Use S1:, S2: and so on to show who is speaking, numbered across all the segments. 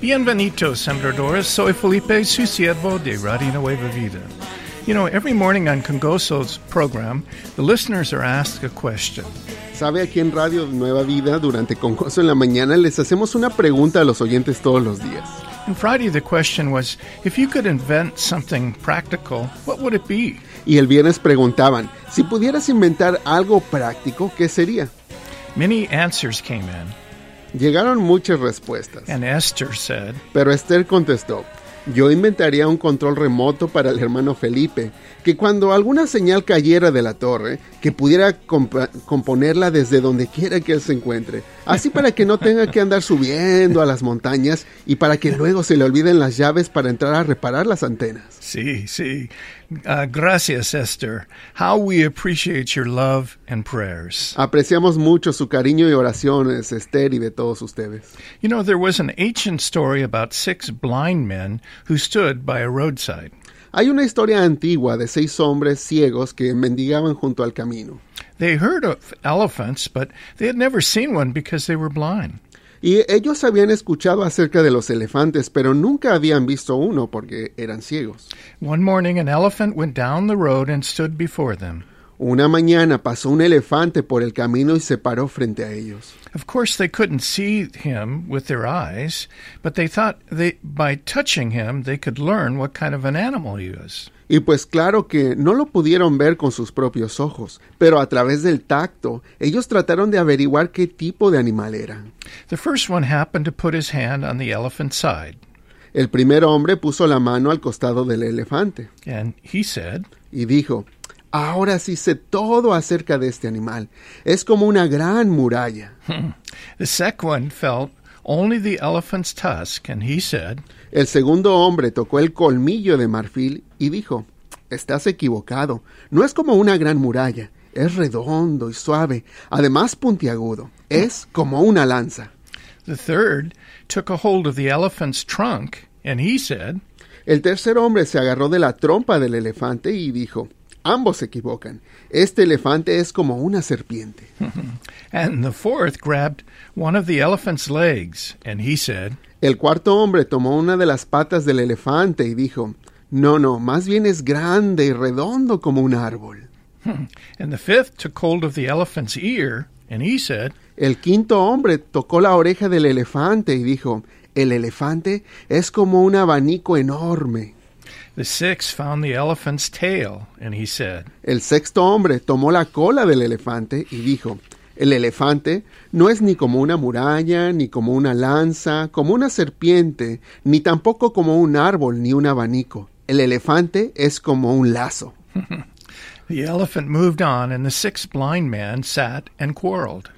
S1: Bienvenido, sembradores. Soy Felipe, su siervo de Radio Nueva Vida. You know, every morning on Congoso's program, the listeners are asked a question.
S2: Sabe, aquí en Radio Nueva Vida, durante Congoso en la mañana, les hacemos una pregunta a los oyentes todos los días.
S1: And Friday, the question was if you could invent something practical, what would it be?
S2: Y el viernes preguntaban, si pudieras inventar algo práctico, ¿qué sería?
S1: Many answers came in,
S2: Llegaron muchas respuestas,
S1: and Esther said,
S2: pero Esther contestó, yo inventaría un control remoto para el hermano Felipe, que cuando alguna señal cayera de la torre, que pudiera compa- componerla desde donde quiera que él se encuentre, así para que no tenga que andar subiendo a las montañas y para que luego se le olviden las llaves para entrar a reparar las antenas.
S1: See, see. Uh, gracias, Esther. How we appreciate your love and prayers.
S2: Apreciamos mucho su cariño y oraciones, Esther, y de todos ustedes.
S1: You know, there was an ancient story about six blind men who stood by a roadside.
S2: Hay una historia antigua de seis hombres ciegos que mendigaban junto al camino.
S1: They heard of elephants, but they had never seen one because they were blind.
S2: Y ellos habían escuchado acerca de los elefantes, pero nunca habían visto uno porque eran ciegos.
S1: One morning, an elephant went down the road and stood before them.
S2: Una mañana pasó un elefante por el camino y se paró frente a ellos.
S1: Of course, they couldn't see him with their eyes, but they thought they, by touching him, they could learn what kind of an animal he was.
S2: Y pues claro que no lo pudieron ver con sus propios ojos, pero a través del tacto ellos trataron de averiguar qué tipo de animal era.
S1: The first one happened to put his hand on the elephant's side,
S2: El primer hombre puso la mano al costado del elefante.
S1: and he said,
S2: y dijo, Ahora sí sé todo acerca de este animal. Es como una gran muralla.
S1: The second one felt only the elephant's tusk, and he said,
S2: El segundo hombre tocó el colmillo de marfil y dijo, Estás equivocado. No es como una gran muralla. Es redondo y suave, además puntiagudo. Es como una lanza.
S1: The third took a hold of the elephant's trunk, and he said,
S2: El tercer hombre se agarró de la trompa del elefante y dijo, Ambos se equivocan. Este elefante es como una serpiente.
S1: and the fourth grabbed one of the elephant's legs, and he said,
S2: El cuarto hombre tomó una de las patas del elefante y dijo, No, no, más bien es grande y redondo como un árbol.
S1: and the fifth took hold of the elephant's ear, and he said,
S2: El quinto hombre tocó la oreja del elefante y dijo, El elefante es como un abanico enorme.
S1: the sixth found the elephant's tail, and he said,
S2: El sexto hombre tomó la cola del elefante y dijo, El elefante no es ni como una muralla, ni como una lanza, como una serpiente, ni tampoco como un árbol, ni un abanico. El elefante es como un lazo.
S1: The elephant moved on, and the sixth blind man sat and quarreled.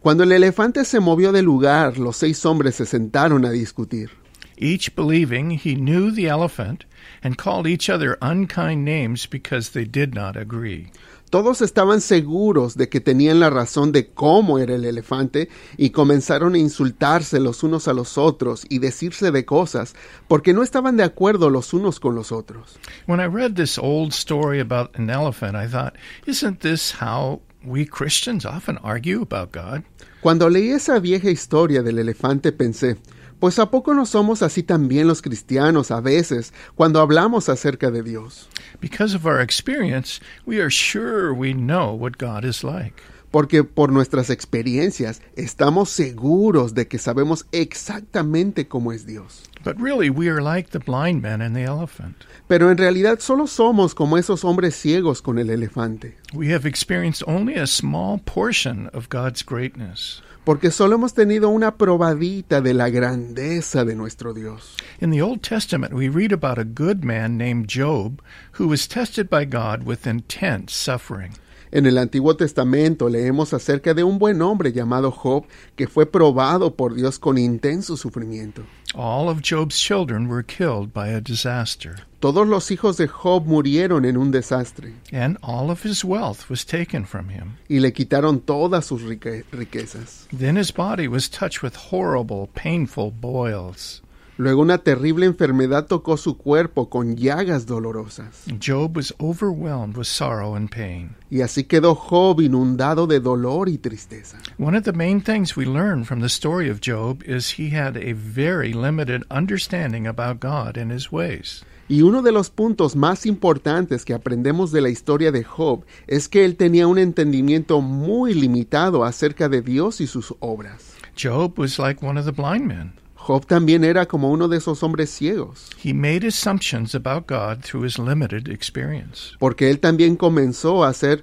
S2: Cuando el elefante se movió del lugar, los seis hombres se sentaron a discutir.
S1: each believing he knew the elephant, and called each other unkind names because they did not agree.
S2: Todos estaban seguros de que tenían la razón de cómo era el elefante y comenzaron a insultarse los unos a los otros y decirse de cosas porque no estaban de acuerdo los unos con los otros.
S1: When I read this old story about an elephant, I thought, isn't this how we Christians often argue about God?
S2: Cuando leí esa vieja historia del elefante pensé, pues ¿a poco no somos así también los cristianos a veces cuando hablamos acerca de Dios?
S1: Because of our experience, we are sure we know what God is like.
S2: Porque por nuestras experiencias estamos seguros de que sabemos exactamente cómo es Dios.
S1: But really, we are like the blind man and the elephant.
S2: Pero en realidad solo somos como esos hombres ciegos con el elefante.
S1: We have experienced only a small portion of God's greatness.
S2: Porque solo hemos tenido una probadita de la grandeza de nuestro Dios.
S1: In the Old Testament, we read about a good man named Job who was tested by God with intense suffering.
S2: En el Antiguo Testamento leemos acerca de un buen hombre llamado Job que fue probado por Dios con intenso sufrimiento.
S1: All of Job's children were killed by a disaster,
S2: Todos los hijos de Job murieron en un desastre
S1: and all of his wealth was taken from him.
S2: y le quitaron todas sus rique- riquezas.
S1: Then his body was touched with horrible, painful boils.
S2: Luego una terrible enfermedad tocó su cuerpo con llagas dolorosas.
S1: Job was overwhelmed with sorrow and pain.
S2: Y así quedó Job inundado de dolor y tristeza.
S1: One of the main things we learn from the story of Job is he had a very limited understanding about God and his ways.
S2: Y uno de los puntos más importantes que aprendemos de la historia de Job es que él tenía un entendimiento muy limitado acerca de Dios y sus obras.
S1: Job was like one of the blind men.
S2: Job también era como uno de esos hombres ciegos,
S1: He made assumptions about God through his limited experience.
S2: porque él también comenzó a hacer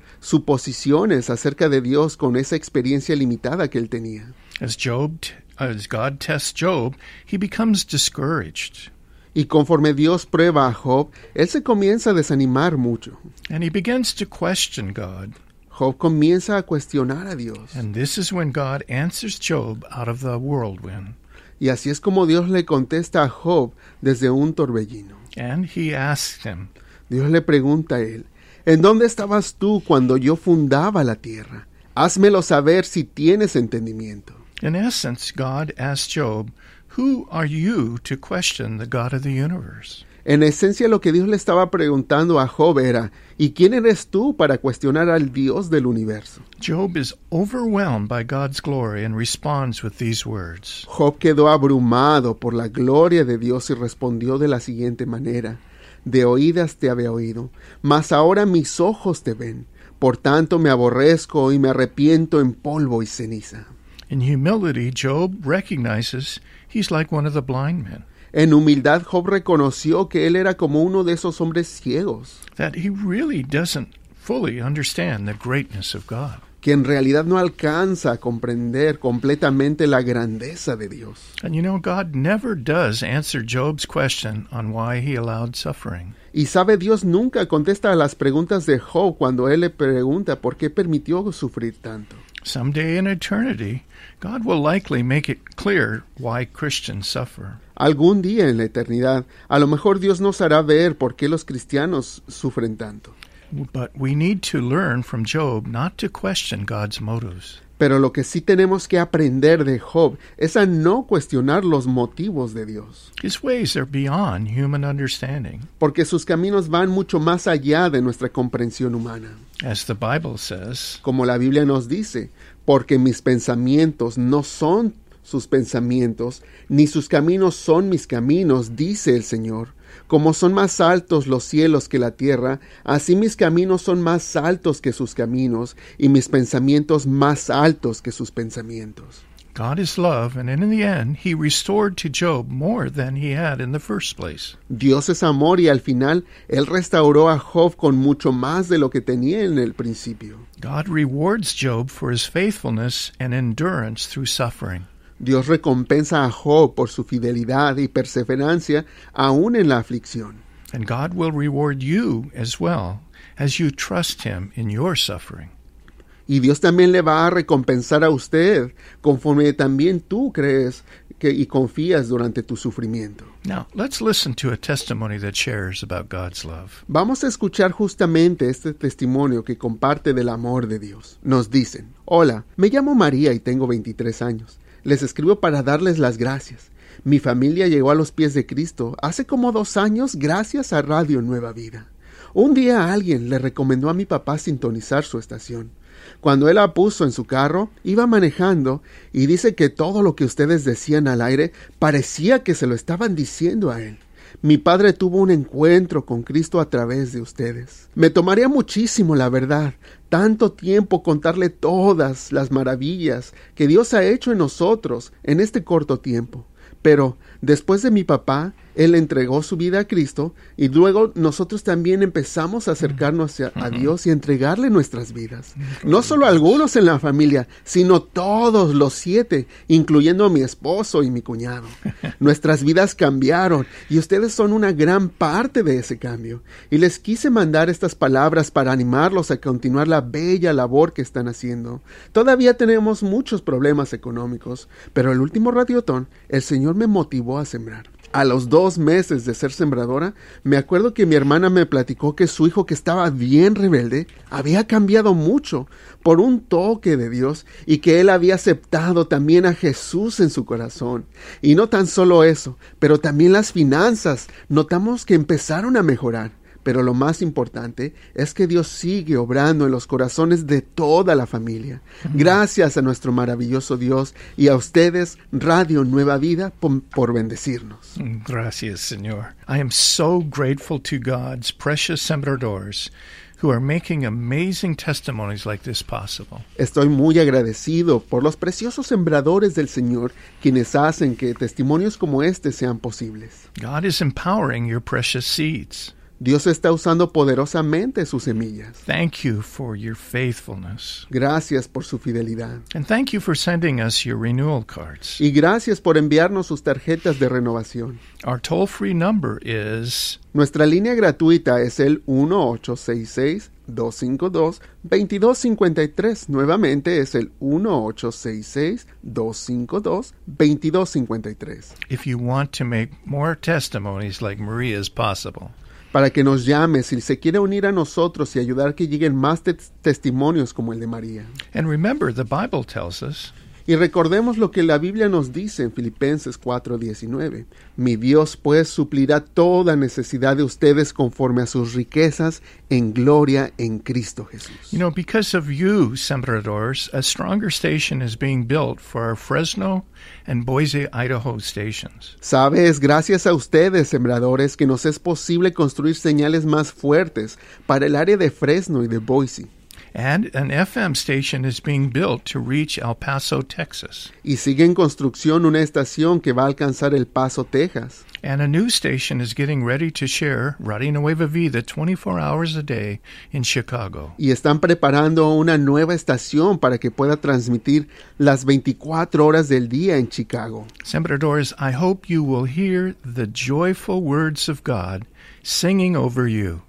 S2: suposiciones acerca de Dios con esa experiencia limitada que él tenía.
S1: As Job t- as God tests Job, he becomes discouraged
S2: Y conforme Dios prueba a Job, él se comienza a desanimar mucho.
S1: and he begins to question God.
S2: Job comienza a cuestionar a Dios.
S1: And this is when God answers Job out of the whirlwind.
S2: Y así es como Dios le contesta a Job desde un torbellino.
S1: And he asks him,
S2: Dios le pregunta a él, ¿en dónde estabas tú cuando yo fundaba la tierra? Házmelo saber si tienes entendimiento.
S1: In essence, God asks Job, Who are you to question the God of the universe?
S2: En esencia lo que Dios le estaba preguntando a Job era, ¿y quién eres tú para cuestionar al Dios del universo?
S1: Job is overwhelmed by God's glory and responds with these words
S2: Job quedó abrumado por la gloria de Dios y respondió de la siguiente manera, de oídas te había oído, mas ahora mis ojos te ven, por tanto me aborrezco y me arrepiento en polvo y ceniza.
S1: In humility, Job recognizes he's like one of the blind men,
S2: En humildad Job reconoció que él era como uno de esos hombres ciegos,
S1: that he really doesn't fully understand the greatness of God.
S2: que en realidad no alcanza a comprender completamente la grandeza de Dios.
S1: And you know, God never does answer Job's question on why he allowed suffering.
S2: Y sabe, Dios nunca contesta a las preguntas de Job cuando él le pregunta por qué permitió sufrir tanto.
S1: Someday in eternity, God will likely make it clear why Christians suffer.
S2: Algún día en la eternidad, a lo mejor Dios nos hará ver por qué los cristianos sufren tanto.
S1: But we need to learn from Job not to question God's motives.
S2: Pero lo que sí tenemos que aprender de Job es a no cuestionar los motivos de Dios,
S1: His ways are beyond human understanding.
S2: porque sus caminos van mucho más allá de nuestra comprensión humana.
S1: As the Bible says,
S2: Como la Biblia nos dice, porque mis pensamientos no son sus pensamientos, ni sus caminos son mis caminos, dice el Señor. Como son más altos los cielos que la tierra, así mis caminos son más altos que sus caminos, y mis pensamientos más altos que sus pensamientos.
S1: God is love, and in the end, he restored to Job more than he had in the first place.
S2: Dios es amor y al final Él restauró a Job con mucho más de lo que tenía en el principio.
S1: God rewards Job for his faithfulness and endurance through suffering.
S2: Dios recompensa a Job por su fidelidad y perseverancia aún en la aflicción.
S1: And God will reward you as well as you trust him in your suffering.
S2: Y Dios también le va a recompensar a usted conforme también tú crees que, y confías durante tu sufrimiento.
S1: Now, let's listen to a testimony that shares about God's love.
S2: Vamos a escuchar justamente este testimonio que comparte del amor de Dios. Nos dicen, hola, me llamo María y tengo 23 años. Les escribo para darles las gracias. Mi familia llegó a los pies de Cristo hace como dos años gracias a Radio Nueva Vida. Un día alguien le recomendó a mi papá sintonizar su estación. Cuando él la puso en su carro, iba manejando y dice que todo lo que ustedes decían al aire parecía que se lo estaban diciendo a él. Mi padre tuvo un encuentro con Cristo a través de ustedes. Me tomaría muchísimo, la verdad, tanto tiempo contarle todas las maravillas que Dios ha hecho en nosotros en este corto tiempo. Pero después de mi papá, él entregó su vida a Cristo y luego nosotros también empezamos a acercarnos a, a Dios y entregarle nuestras vidas. No solo algunos en la familia, sino todos los siete, incluyendo a mi esposo y mi cuñado. Nuestras vidas cambiaron y ustedes son una gran parte de ese cambio. Y les quise mandar estas palabras para animarlos a continuar la bella labor que están haciendo. Todavía tenemos muchos problemas económicos, pero el último radiotón, el Señor me motivó a sembrar. A los dos meses de ser sembradora, me acuerdo que mi hermana me platicó que su hijo que estaba bien rebelde había cambiado mucho por un toque de Dios y que él había aceptado también a Jesús en su corazón. Y no tan solo eso, pero también las finanzas. Notamos que empezaron a mejorar. Pero lo más importante es que Dios sigue obrando en los corazones de toda la familia. Gracias a nuestro maravilloso Dios y a ustedes, Radio Nueva Vida, por, por, bendecirnos.
S1: Gracias, Señor. I am so grateful to God's precious sembradores who are making amazing testimonies like this possible.
S2: Estoy muy agradecido por los preciosos sembradores del Señor quienes hacen que testimonios como este sean posibles.
S1: God is empowering your precious seeds.
S2: Dios está usando poderosamente sus semillas.
S1: Thank you for your faithfulness.
S2: Gracias por su fidelidad.
S1: And thank you for sending us your renewal cards.
S2: Y gracias por enviarnos sus tarjetas de renovación.
S1: Our toll-free number is
S2: Nuestra línea gratuita es el 1866 252 2253. Nuevamente es el 1866 252 2253.
S1: If you want to make more testimonies like Maria's possible
S2: para que nos llame si se quiere unir a nosotros y ayudar que lleguen más te testimonios como el de María.
S1: And remember, the Bible tells us,
S2: y recordemos lo que la Biblia nos dice en Filipenses 4:19. Mi Dios pues suplirá toda necesidad de ustedes conforme a sus riquezas en gloria en Cristo Jesús.
S1: You know, because of you, sembradores, a stronger station is being built for our Fresno and Boise, Idaho stations.
S2: Sabes, gracias a ustedes, sembradores, que nos es posible construir señales más fuertes para el área de Fresno y de Boise.
S1: and an FM station is being built to reach El Paso, Texas.
S2: Y sigue en construcción una estación que va a alcanzar El Paso, Texas.
S1: And a new station is getting ready to share Radio Nueva Vida 24 hours a day in Chicago.
S2: Y están preparando una nueva estación para que pueda transmitir las 24 horas del día en Chicago.
S1: Sembradores, I hope you will hear the joyful words of God singing over you.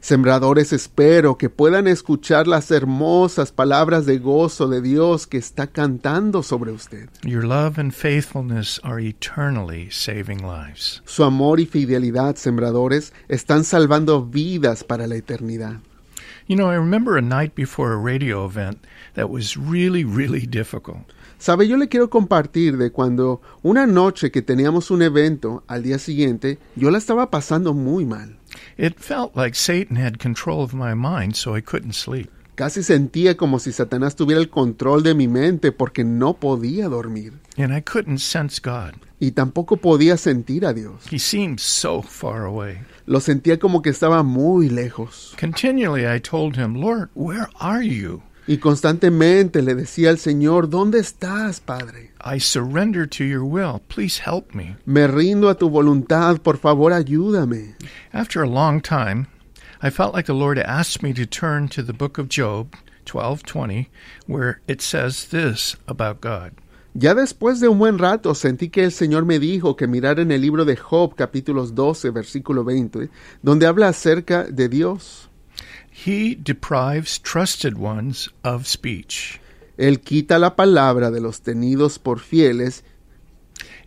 S2: Sembradores, espero que puedan escuchar las hermosas palabras de gozo de Dios que está cantando sobre usted.
S1: Your love and faithfulness are eternally saving lives.
S2: Su amor y fidelidad, sembradores, están salvando vidas para la eternidad.
S1: You know, I remember a night before a radio event that was really, really difficult.
S2: Sabe, yo le quiero compartir de cuando una noche que teníamos un evento al día siguiente, yo la estaba pasando muy mal.
S1: It felt like Satan had control of my mind, so I couldn't sleep.
S2: Casi sentía como si Satanás tuviera el control de mi mente porque no podía dormir.
S1: And I couldn't sense God.
S2: Y tampoco podía sentir a Dios.
S1: He seemed so far away.
S2: Lo sentía como que estaba muy lejos.
S1: Continually I told him, Lord, where are you?
S2: Y constantemente le decía al Señor, ¿dónde estás, Padre?
S1: I surrender to your will. Please help me.
S2: Me rindo a tu voluntad, por favor, ayúdame.
S1: After a long time, I felt like the Lord asked me to turn to the book of Job 12:20, where it says this about God.
S2: Ya después de un buen rato sentí que el Señor me dijo que mirara en el libro de Job capítulos 12 versículo 20, donde habla acerca de Dios.
S1: He deprives trusted ones of speech.
S2: Él quita la palabra de los tenidos por fieles.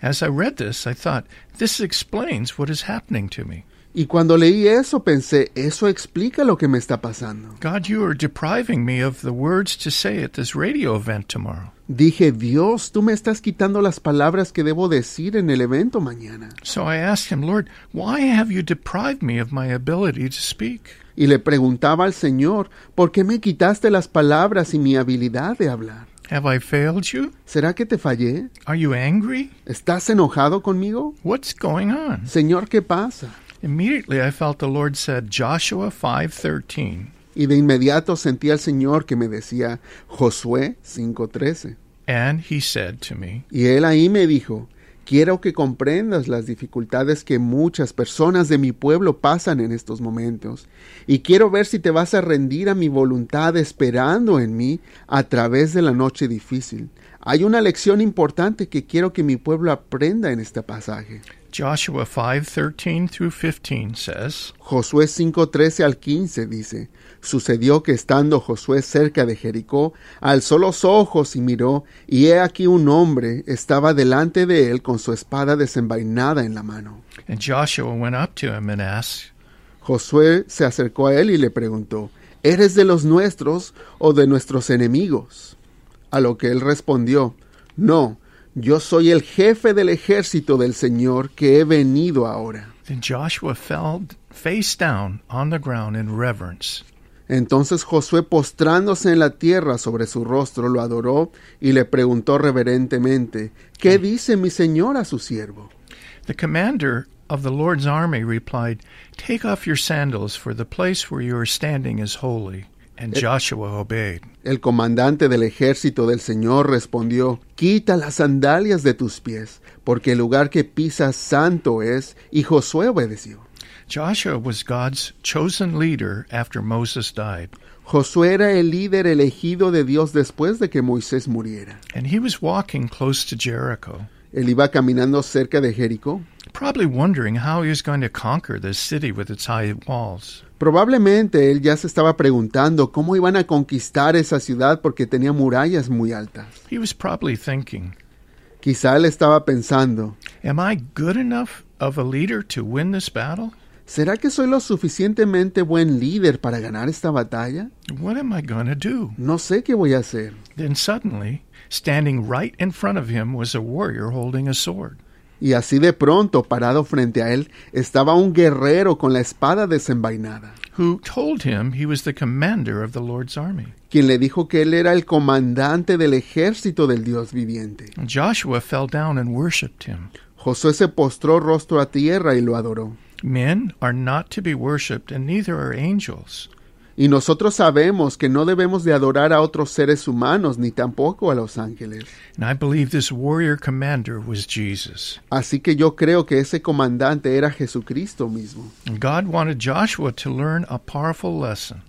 S1: As I read this, I thought, this explains what is happening to me.
S2: Y cuando leí eso pensé, eso explica lo que me está pasando.
S1: God, you are depriving me of the words to say at this radio event tomorrow.
S2: Dije, Dios, tú me estás quitando las palabras que debo decir en el evento mañana.
S1: So I asked him, Lord, why have you deprived me of my ability to speak?
S2: y le preguntaba al Señor, ¿por qué me quitaste las palabras y mi habilidad de hablar?
S1: Have I failed you?
S2: ¿Será que te fallé?
S1: Are you angry?
S2: ¿Estás enojado conmigo?
S1: What's going on?
S2: Señor, ¿qué pasa?
S1: Immediately I felt the Lord said Joshua 5:13.
S2: Y de inmediato sentí al Señor que me decía Josué 5:13.
S1: And he said to me.
S2: Y él ahí me dijo, Quiero que comprendas las dificultades que muchas personas de mi pueblo pasan en estos momentos, y quiero ver si te vas a rendir a mi voluntad esperando en mí a través de la noche difícil, Hay una lección importante que quiero que mi pueblo aprenda en este pasaje.
S1: Joshua 5:13 through 15 says,
S2: Josué 5:13 al 15 dice, Sucedió que estando Josué cerca de Jericó, alzó los ojos y miró, y he aquí un hombre estaba delante de él con su espada desenvainada en la mano.
S1: and Joshua went up to him and asked,
S2: Josué se acercó a él y le preguntó, ¿Eres de los nuestros o de nuestros enemigos? A lo que él respondió, No, yo soy el jefe del ejército del Señor que he venido ahora.
S1: Then Joshua fell face down on the ground in reverence.
S2: Entonces Josué, postrándose en la tierra sobre su rostro, lo adoró y le preguntó reverentemente, ¿Qué dice mi señor a su siervo?
S1: The commander of the Lord's army replied, Take off your sandals, for the place where you are standing is holy. And Joshua obeyed.
S2: El comandante del ejército del Señor respondió, Quita las sandalias de tus pies, porque el lugar que pisas santo es, y Josué obedeció.
S1: Joshua was God's chosen leader after Moses died,
S2: Josué era el líder elegido de Dios después de que Moisés muriera.
S1: and he was walking close to Jericho,
S2: Él iba caminando cerca de Jericó,
S1: probably wondering how he was going to conquer this city with its high walls.
S2: Probablemente él ya se estaba preguntando cómo iban a conquistar esa ciudad porque tenía murallas muy altas.
S1: He was probably thinking,
S2: Quizá él estaba pensando,
S1: Am I good enough of a leader to win this battle?
S2: ¿será que soy lo suficientemente buen líder para ganar esta batalla?
S1: What am I going to do?
S2: No sé qué voy a hacer.
S1: Then suddenly, standing right in front of him was a warrior holding a sword.
S2: Y así de pronto, parado frente a él, estaba un guerrero con la espada desenvainada,
S1: who told him he was the commander of the Lord's army.
S2: quien le dijo que él era el comandante del ejército del Dios viviente.
S1: And Joshua fell down and worshipped him.
S2: Josué se postró rostro a tierra y lo adoró.
S1: Men are not to be worshipped, and neither are angels.
S2: Y nosotros sabemos que no debemos de adorar a otros seres humanos ni tampoco a los ángeles.
S1: And I believe this warrior commander was Jesus.
S2: Así que yo creo que ese comandante era Jesucristo mismo.
S1: And God wanted Joshua to learn a powerful lesson,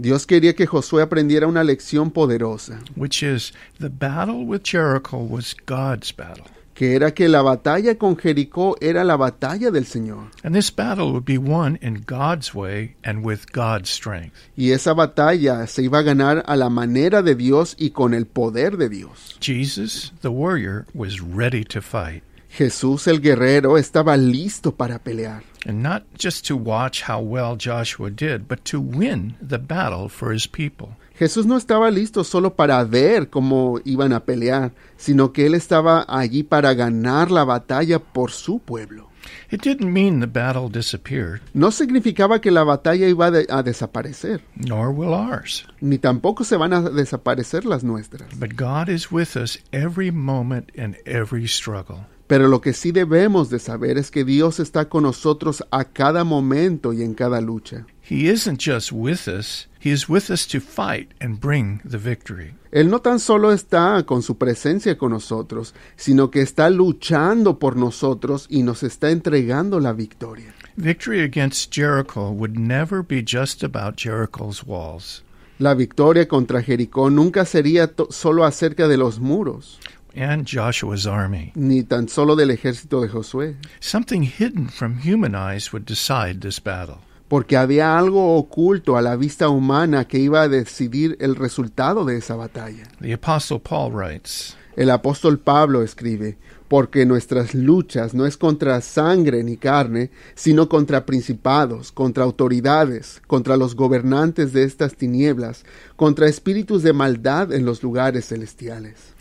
S2: Dios quería que Josué aprendiera una lección poderosa,
S1: which is the battle with Jericho was God's battle.
S2: que era que la batalla con Jericó era la batalla del Señor.
S1: And this battle would be won in God's way and with God's strength.
S2: Y esa batalla se iba a ganar a la manera de Dios y con el poder de Dios.
S1: Jesus, the warrior, was ready to fight.
S2: Jesús el guerrero estaba listo para pelear.
S1: and not just to watch how well Joshua did, but to win the battle for his people.
S2: Jesús no estaba listo solo para ver cómo iban a pelear, sino que él estaba allí para ganar la batalla por su pueblo.
S1: It didn't mean the battle disappeared,
S2: No significaba que la batalla iba de- a desaparecer,
S1: nor will ours.
S2: ni tampoco se van a desaparecer las nuestras.
S1: But God is with us every moment and every struggle.
S2: Pero lo que sí debemos de saber es que Dios está con nosotros a cada momento y en cada lucha.
S1: He isn't just with us, He is with us to fight and bring the victory.
S2: Él no tan solo está con su presencia con nosotros, sino que está luchando por nosotros y nos está entregando la victoria.
S1: Victory against Jericho would never be just about Jericho's walls.
S2: La victoria contra Jericó nunca sería to- solo acerca de los muros,
S1: And Joshua's army.
S2: ni tan solo del ejército de Josué,
S1: Something hidden from human eyes would decide this battle.
S2: porque había algo oculto a la vista humana que iba a decidir el resultado de esa batalla.
S1: The Apostle Paul writes,
S2: El apóstol Pablo escribe, porque nuestras luchas no es contra sangre ni carne, sino contra principados, contra autoridades, contra los gobernantes de estas tinieblas, contra espíritus de maldad en los lugares celestiales.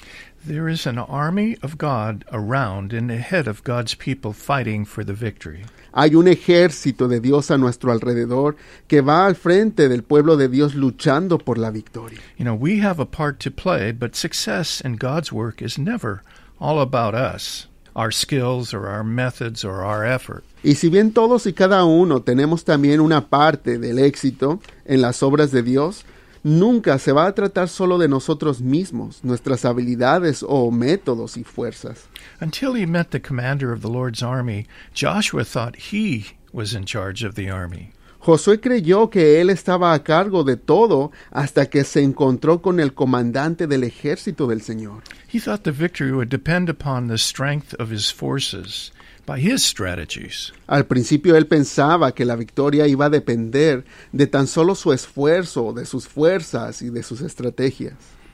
S1: There is an army of God around and ahead of God's people fighting for the victory.
S2: Hay un ejército de Dios a nuestro alrededor que va al frente del pueblo de Dios luchando por la victoria.
S1: You know, we have a part to play, but success in God's work is never all about us, our skills or our methods or our effort.
S2: Y si bien todos y cada uno tenemos también una parte del éxito en las obras de Dios, nunca se va a tratar solo de nosotros mismos, nuestras habilidades o métodos y fuerzas.
S1: Until he met the commander of the Lord's army, Joshua thought he was in charge of the army.
S2: Josué creyó que él estaba a cargo de todo hasta que se encontró con el comandante del ejército del Señor.
S1: He thought the victory would depend upon the strength of his forces by his strategies.
S2: Al principio él pensaba que la victoria iba a depender de tan solo su esfuerzo, de sus fuerzas y de sus estrategias.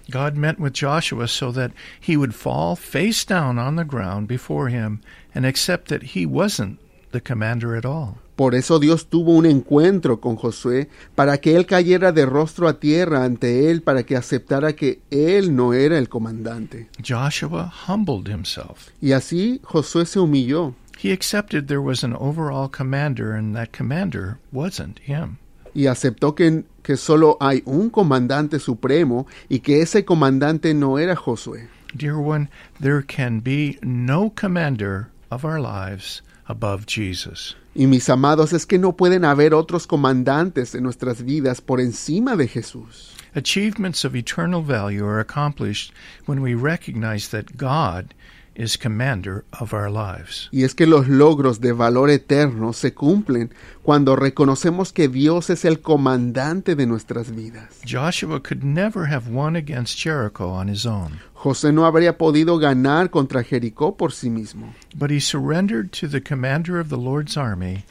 S1: God met with Joshua so that he would fall face down on the ground before him and accept that he wasn't the commander at all.
S2: Por eso Dios tuvo un encuentro con Josué para que él cayera de rostro a tierra ante él para que aceptara que él no era el comandante.
S1: Joshua humbled himself.
S2: Y así Josué se humilló
S1: He accepted there was an overall commander and that commander wasn't him.
S2: y aceptó que, que solo hay un comandante supremo y que ese comandante no era Josué.
S1: Dear one, there can be no commander of our lives above Jesus.
S2: Y mis amados, es que no pueden haber otros comandantes en nuestras vidas por encima de Jesús.
S1: Achievements of eternal value are accomplished when we recognize that God is commander of our lives.
S2: Y es que los logros de valor eterno se cumplen cuando reconocemos que Dios es el comandante de nuestras vidas.
S1: Joshua could never have won against Jericho on his own,
S2: José no habría podido ganar contra Jericó por sí mismo,
S1: but he surrendered to the commander of the Lord's army,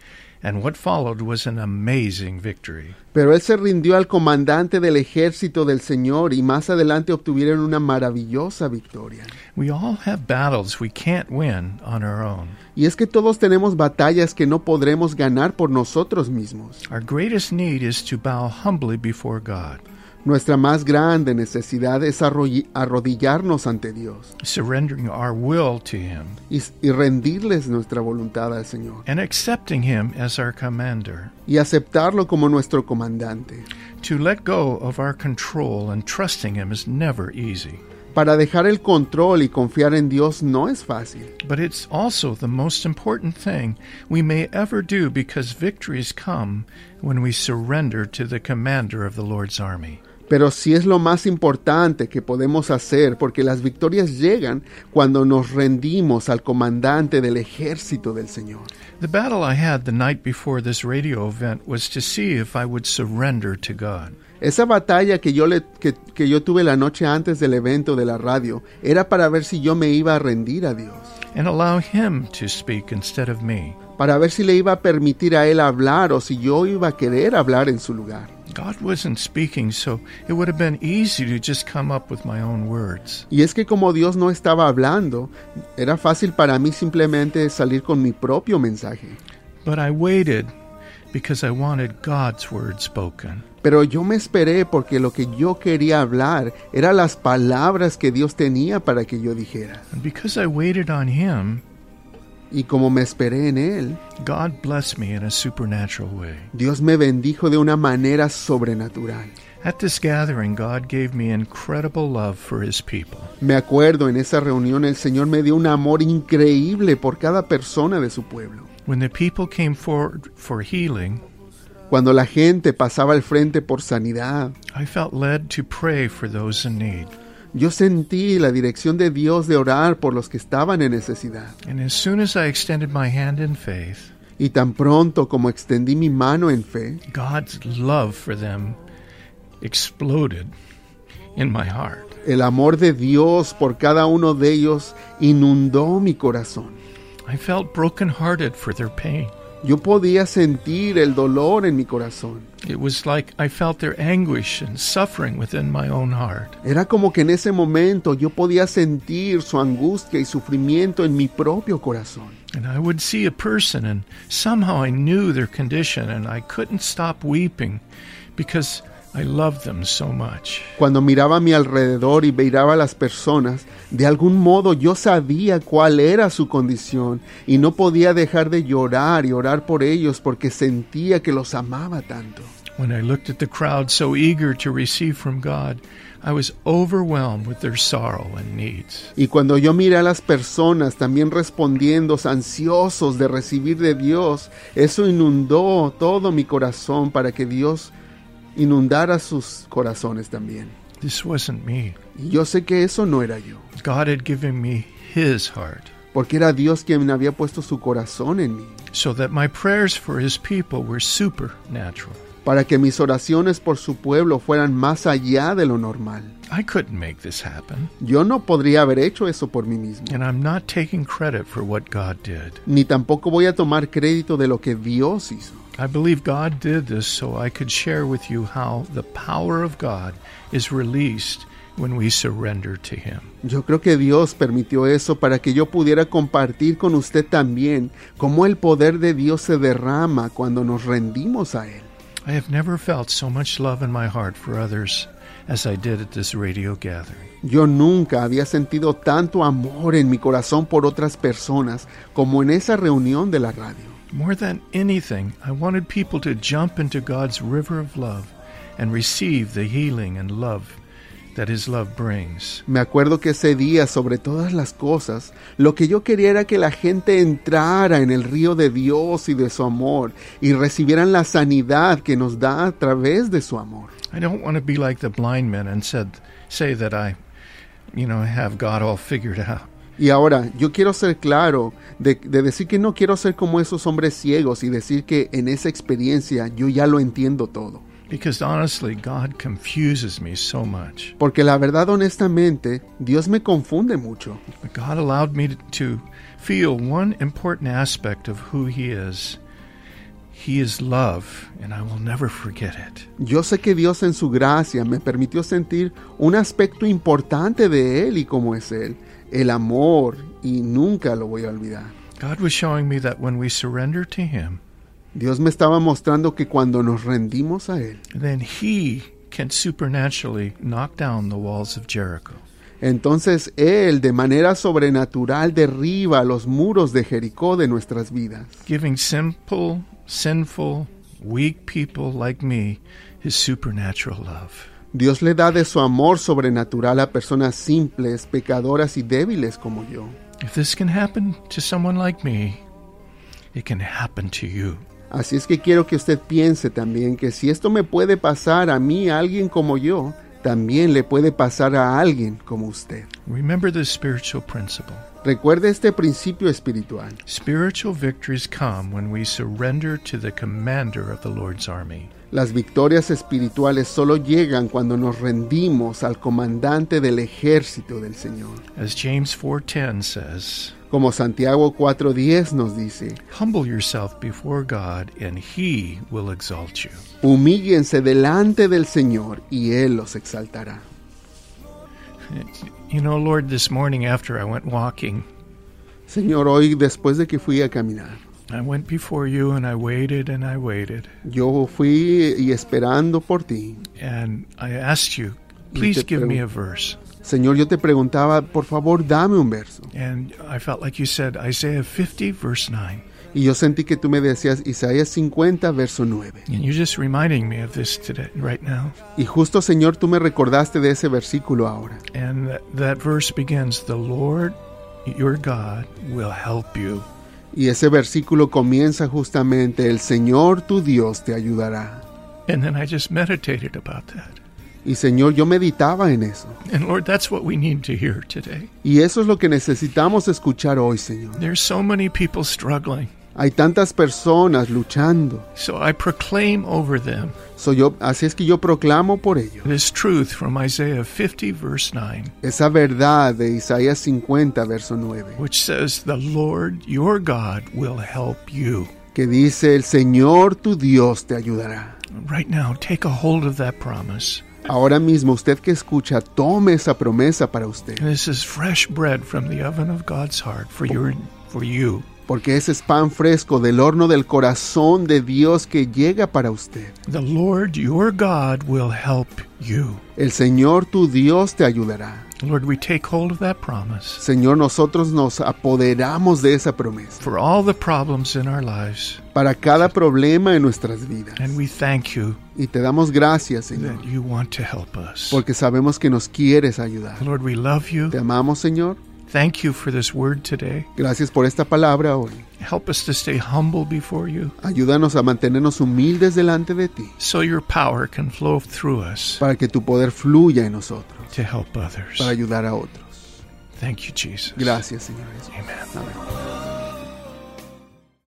S1: and what followed was an amazing victory.
S2: pero él se rindió al comandante del ejército del Señor y más adelante obtuvieron una maravillosa victoria.
S1: We all have battles we can't win on our own.
S2: Y es que todos tenemos batallas que no podremos ganar por nosotros mismos.
S1: Our greatest need is to bow humbly before God,
S2: Nuestra más grande necesidad es arroy- arrodillarnos ante Dios
S1: surrendering our will to Him
S2: y, s- y rendirles nuestra voluntad al Señor
S1: and accepting Him as our commander,
S2: y aceptarlo como nuestro comandante.
S1: to let go of our control and trusting Him is never easy.
S2: Para dejar el control y confiar en Dios no es fácil,
S1: But it's also the most important thing we may ever do because victories come when we surrender to the commander of the Lord's army.
S2: pero sí es lo más importante que podemos hacer porque las victorias llegan cuando nos rendimos al comandante del ejército del Señor.
S1: The battle I had the night before this radio event was to see if I would surrender to God.
S2: Esa batalla que yo, le, que, que yo tuve la noche antes del evento de la radio era para ver si yo me iba a rendir a Dios,
S1: and allow Him to speak instead of me.
S2: para ver si le iba a permitir a Él hablar o si yo iba a querer hablar en su lugar.
S1: God wasn't speaking, so it would have been easy to just come up with my own words.
S2: Y es que como Dios no estaba hablando, era fácil para mí simplemente salir con mi propio mensaje.
S1: But I waited because I wanted God's word spoken.
S2: Pero yo me esperé porque lo que yo quería hablar eran las palabras que Dios tenía para que yo dijera.
S1: And because I waited on Him,
S2: Y como me esperé en Él,
S1: God blessed me in a supernatural way.
S2: Dios me bendijo de una manera sobrenatural.
S1: At this gathering, God gave me incredible love for His people.
S2: Me acuerdo en esa reunión el Señor me dio un amor increíble por cada persona de su pueblo.
S1: When the people came forward for healing,
S2: Cuando la gente pasaba al frente por sanidad,
S1: I felt led to pray for those in need.
S2: yo sentí la dirección de Dios de orar por los que estaban en necesidad.
S1: And as soon as I extended my hand in faith,
S2: Y tan pronto como extendí mi mano en fe,
S1: God's love for them exploded in my heart.
S2: el amor de Dios por cada uno de ellos inundó mi corazón.
S1: I felt brokenhearted for their pain.
S2: Yo podía sentir el dolor en mi corazón.
S1: It was like I felt their anguish and suffering within my own heart.
S2: Era como que en ese momento yo podía sentir su angustia y sufrimiento en mi propio corazón.
S1: And I would see a person, and somehow I knew their condition, and I couldn't stop weeping because I loved them so much.
S2: Cuando miraba a mi alrededor y miraba a las personas, de algún modo yo sabía cuál era su condición y no podía dejar de llorar y orar por ellos porque sentía que los amaba tanto.
S1: When I looked at the crowd so eager to receive from God, I was overwhelmed with their sorrow and needs.
S2: Y cuando yo miré a las personas también respondiendo, ansiosos de recibir de Dios, eso inundó todo mi corazón para que Dios inundara sus corazones también.
S1: This wasn't me.
S2: Y yo sé que eso no era yo.
S1: God had given me His heart.
S2: porque era Dios quien había puesto su corazón en mí,
S1: so that my prayers for his people were supernatural.
S2: para que mis oraciones por su pueblo fueran más allá de lo normal.
S1: I couldn't make this happen,
S2: Yo no podría haber hecho eso por mí mismo,
S1: and I'm not taking credit for what God did.
S2: ni tampoco voy a tomar crédito de lo que Dios hizo.
S1: I believe God did this so I could share with you how the power of God is released when we surrender to Him.
S2: Yo creo que Dios permitió eso para que yo pudiera compartir con usted también cómo el poder de Dios se derrama cuando nos rendimos a Él.
S1: I have never felt so much love in my heart for others as I did at this radio gathering.
S2: Yo nunca había sentido tanto amor en mi corazón por otras personas como en esa reunión de la radio.
S1: More than anything, I wanted people to jump into God's river of love and receive the healing and love that His love brings.
S2: Me acuerdo que ese día, sobre todas las cosas, lo que yo quería era que la gente entrara en el río de Dios y de su amor y recibieran la sanidad que nos da a través de su amor.
S1: I don't want to be like the blind men and said, say that I, you know, have God all figured out.
S2: Y ahora, yo quiero ser claro de, de decir que no quiero ser como esos hombres ciegos y decir que en esa experiencia yo ya lo entiendo todo.
S1: Because honestly, God confuses me so much.
S2: Porque la verdad, honestamente, Dios me confunde mucho.
S1: But God allowed me to feel one important aspect of who He is. He is love, and I will never forget it.
S2: Yo sé que Dios en su gracia me permitió sentir un aspecto importante de Él y cómo es Él, el amor, y nunca lo voy a olvidar.
S1: God was showing me that when we surrender to Him,
S2: Dios me estaba mostrando que cuando nos rendimos a Él,
S1: then He can supernaturally knock down the walls of Jericho.
S2: entonces Él de manera sobrenatural derriba los muros de Jericó de nuestras vidas,
S1: giving simple, sinful, weak people like me his supernatural love.
S2: Dios le da de su amor sobrenatural a personas simples, pecadoras y débiles como yo.
S1: If this can happen to someone like me, it can happen to you.
S2: Así es que quiero que usted piense también que si esto me puede pasar a mí, a alguien como yo, también le puede pasar a alguien como usted.
S1: Remember this spiritual principle.
S2: Recuerde este principio espiritual.
S1: Spiritual victories come when we surrender to the commander of the Lord's army.
S2: Las victorias espirituales solo llegan cuando nos rendimos al comandante del ejército del Señor.
S1: As James 4:10 says,
S2: Como Santiago 4.10 nos dice,
S1: humble yourself before God and he will exalt you.
S2: humíllense delante del Señor y Él los exaltará.
S1: You know, Lord, this morning after I went walking,
S2: Señor, hoy después de que fui a caminar,
S1: I went before you and I waited and I waited.
S2: yo fui y esperando por ti,
S1: And I asked you, please
S2: te
S1: give me
S2: pregun-
S1: a verse.
S2: Señor, yo te preguntaba, por favor, dame un verso.
S1: And I felt like you said Isaiah 50, verse 9.
S2: Y yo sentí que tú me decías Isaías 50, verso 9.
S1: And you're just reminding me of this today, right now.
S2: Y justo, Señor, tú me recordaste de ese versículo ahora.
S1: And that, that verse begins The Lord your God will help you.
S2: Y ese versículo comienza justamente, el Señor tu Dios te ayudará.
S1: And then I just meditated about that.
S2: Y Señor, yo meditaba en eso.
S1: And Lord, that's what we need to hear today.
S2: Y eso es lo que necesitamos escuchar hoy, Señor.
S1: There's so many people struggling.
S2: Hay tantas personas luchando.
S1: So I proclaim over them
S2: Soy yo, así es que yo proclamo por ello.
S1: this truth from Isaiah 50, verse 9.
S2: Esa verdad de Isaías 50, verso 9.
S1: which says, The Lord your God will help you.
S2: Que dice, el Señor tu Dios te ayudará.
S1: Right now, take a hold of that promise.
S2: Ahora mismo, usted que escucha, tome esa promesa para usted,
S1: This is fresh bread from the oven of God's heart for your for you.
S2: porque ese es pan fresco del horno del corazón de Dios que llega para usted.
S1: The Lord your God will help you.
S2: El Señor tu Dios te ayudará.
S1: Lord, we take hold of that promise
S2: Señor, nosotros nos apoderamos de esa promesa
S1: for all the problems in our lives,
S2: para cada problema en nuestras vidas.
S1: and we thank you
S2: Y te damos gracias, Señor,
S1: that you want to help us.
S2: porque sabemos que nos quieres ayudar.
S1: Lord, we love you.
S2: Te amamos, Señor.
S1: Thank you for this word today.
S2: Gracias por esta palabra hoy.
S1: Help us to stay humble before you
S2: Ayúdanos a mantenernos humildes delante de ti,
S1: so your power can flow through us
S2: para que tu poder fluya en nosotros,
S1: to help others.
S2: para ayudar a otros. Thank you, Jesus.
S1: Gracias, Señor Jesús.
S2: Amen.
S1: Amén.